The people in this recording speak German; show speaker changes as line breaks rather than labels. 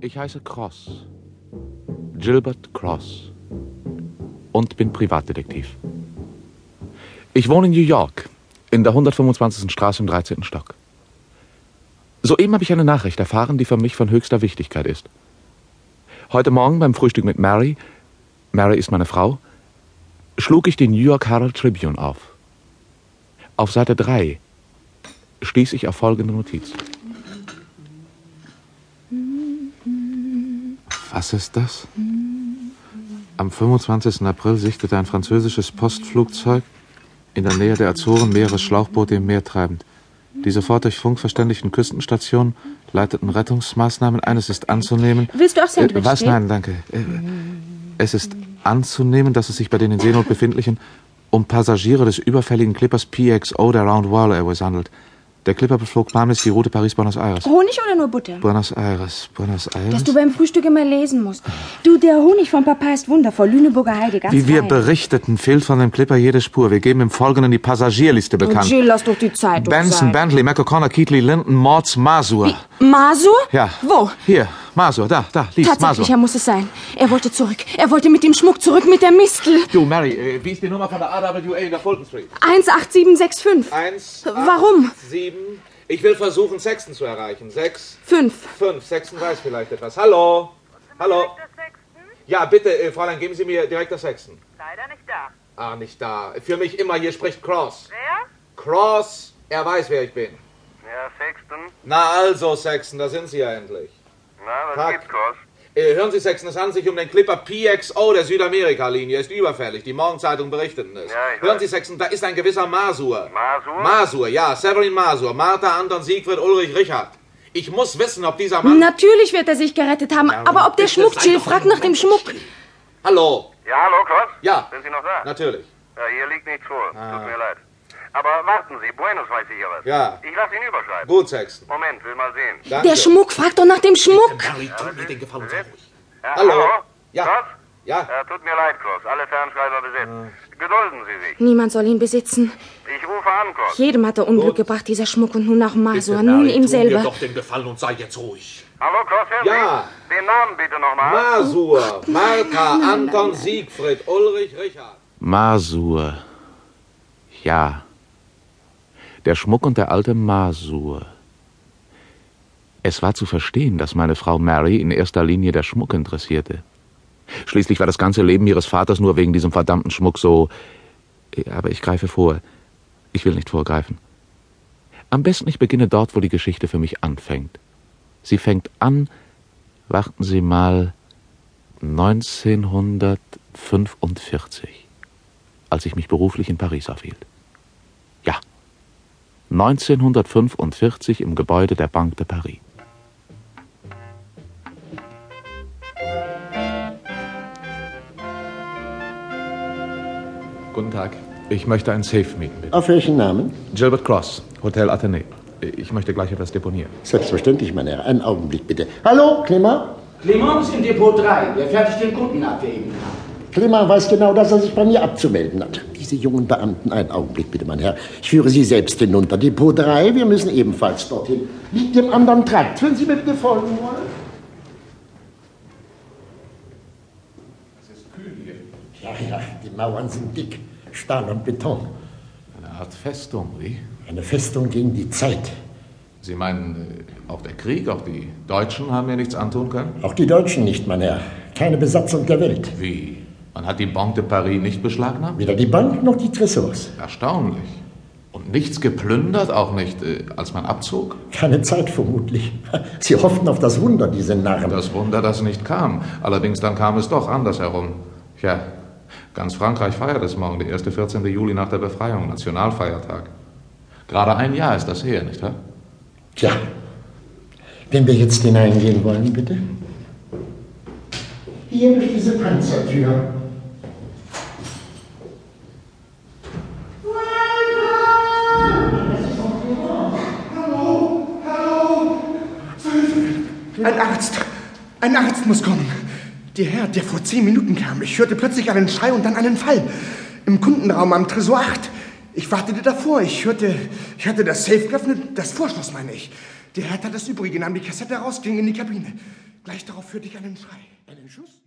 Ich heiße Cross. Gilbert Cross. Und bin Privatdetektiv. Ich wohne in New York, in der 125. Straße im 13. Stock. Soeben habe ich eine Nachricht erfahren, die für mich von höchster Wichtigkeit ist. Heute Morgen beim Frühstück mit Mary, Mary ist meine Frau, schlug ich die New York Herald Tribune auf. Auf Seite 3 stieß ich auf folgende Notiz.
Was ist das? Am 25. April sichtete ein französisches Postflugzeug in der Nähe der Azoren mehrere Schlauchboote im Meer treibend. Die sofort durch Funk verständigten Küstenstationen leiteten Rettungsmaßnahmen. Eines ist anzunehmen.
Willst du auch Sandwich?
Äh, was?
Steve?
Nein, danke. Äh, Es ist anzunehmen, dass es sich bei den in Seenot befindlichen um Passagiere des überfälligen Clippers PXO der Round Wall Airways handelt. Der Clipper beflog planmäßig die Route Paris-Buenos Aires.
Honig oder nur Butter?
Buenos Aires, Buenos Aires.
Dass du beim Frühstück immer lesen musst. Du, der Honig von Papa ist wundervoll. Lüneburger Heide, ganz
Wie wir
fein.
berichteten, fehlt von dem Clipper jede Spur. Wir geben im Folgenden die Passagierliste
Und
bekannt.
Jill, lass doch die Zeitung
Benson,
sein.
Bentley, McConnor, Keatley, Linton, Mords, Masur.
Masur?
Ja.
Wo?
Hier, Masur, da, da, lies,
Tatsächlich,
Masur.
er muss es sein. Er wollte zurück. Er wollte mit dem Schmuck zurück, mit der Mistel.
Du, Mary, äh, wie ist die Nummer von der AWA in der Fulton Street?
18765.
Eins.
Warum?
Sieben. Ich will versuchen, Sechsten zu erreichen. Sechs,
Fünf.
fünf. Sechsten weiß vielleicht etwas. Hallo? Hallo? Ja, bitte, äh, Fräulein, geben Sie mir direkt das Sechsten.
Leider nicht da.
Ah, nicht da. Für mich immer, hier spricht Cross.
Wer?
Cross, er weiß, wer ich bin.
Ja, Sexton.
Na also, Sechsten, da sind Sie ja endlich.
Na, was
Tag.
gibt's, Cross?
Äh, hören Sie, Sexton, es handelt sich um den Clipper PXO der Südamerika-Linie. Ist überfällig. Die Morgenzeitung berichteten es.
Ja, ich
hören
weiß.
Sie, Sexton, da ist ein gewisser Masur.
Masur?
Masur, ja. Severin Masur. Martha, Anton, Siegfried, Ulrich, Richard. Ich muss wissen, ob dieser Mann...
Natürlich wird er sich gerettet haben, aber ob der
bitte,
Schmuck,
sei
Jill,
doch
frag
ein
nach dem Schmuck.
Hallo.
Ja, hallo, Cross?
Ja.
Sind Sie noch da?
Natürlich.
Ja, hier liegt nichts vor. Tut mir leid. Aber warten Sie, Buenos weiß sicher was.
Ja.
Ich lasse ihn überschreiben.
Gut, Sexton.
Moment, will mal sehen.
Danke.
Der Schmuck, frag doch nach dem Schmuck.
Mary, tu mir den Gefallen, sei ruhig.
Ja,
Hallo. Ja.
Ja. Cross?
Ja.
Ja, tut mir leid, Cross. Alle Fernschreiber besetzt.
Ah.
Gedulden Sie sich.
Niemand soll ihn besitzen.
Ich rufe an, Cross.
Jedem hat er Unglück gebracht, dieser Schmuck, und nun auch Masur, nun
Mary, tu
ihm
mir
selber.
doch den Gefallen und sei jetzt ruhig.
Hallo, Cross, hören
Ja.
Sie? Den Namen bitte nochmal.
Masur. Martha, Anton, Siegfried, Ulrich, Richard.
Masur. Ja. Der Schmuck und der alte Masur. Es war zu verstehen, dass meine Frau Mary in erster Linie der Schmuck interessierte. Schließlich war das ganze Leben ihres Vaters nur wegen diesem verdammten Schmuck so. Aber ich greife vor. Ich will nicht vorgreifen. Am besten ich beginne dort, wo die Geschichte für mich anfängt. Sie fängt an, warten Sie mal, 1945 als ich mich beruflich in Paris aufhielt. Ja, 1945 im Gebäude der Banque de Paris.
Guten Tag. Ich möchte ein Safe mieten, bitte.
Auf welchen Namen?
Gilbert Cross, Hotel Athenee. Ich möchte gleich etwas deponieren.
Selbstverständlich, meine Herren. Einen Augenblick bitte. Hallo, Clément?
Clemens ist im Depot 3. Der fertigt den Kunden ab, der eben kam.
Clément weiß genau, dass er sich bei mir abzumelden hat. Diese jungen Beamten, einen Augenblick bitte, mein Herr. Ich führe Sie selbst hinunter. Depot 3, wir müssen ebenfalls dorthin. Liegt im anderen Trakt. Wenn Sie mir bitte folgen wollen. Es ist kühl hier. Ja, ja, die Mauern sind dick. Stahl und Beton.
Eine Art Festung, wie?
Eine Festung gegen die Zeit.
Sie meinen, äh, auch der Krieg, auch die Deutschen haben mir nichts antun können?
Auch die Deutschen nicht, mein Herr. Keine Besatzung der Welt.
Wie? Man hat die Banque de Paris nicht beschlagnahmt?
Weder die Bank noch die Tresors.
Erstaunlich. Und nichts geplündert, auch nicht, äh, als man abzog?
Keine Zeit vermutlich. Sie hofften auf das Wunder, diese Narren.
Das Wunder, das nicht kam. Allerdings dann kam es doch andersherum. Tja, ganz Frankreich feiert es morgen, der erste 14. Juli nach der Befreiung, Nationalfeiertag. Gerade ein Jahr ist das her, nicht wahr?
Tja, wenn wir jetzt hineingehen wollen, bitte. Hier durch diese Panzertür.
Ein Arzt. Ein Arzt muss kommen. Der Herr, der vor zehn Minuten kam. Ich hörte plötzlich einen Schrei und dann einen Fall. Im Kundenraum am Tresor 8. Ich wartete davor. Ich hörte, ich hatte das Safe geöffnet, das Vorschloss meine ich. Der Herr tat das Übrige, nahm die Kassette raus, ging in die Kabine.
Gleich darauf hörte ich einen Schrei.
Einen Schuss?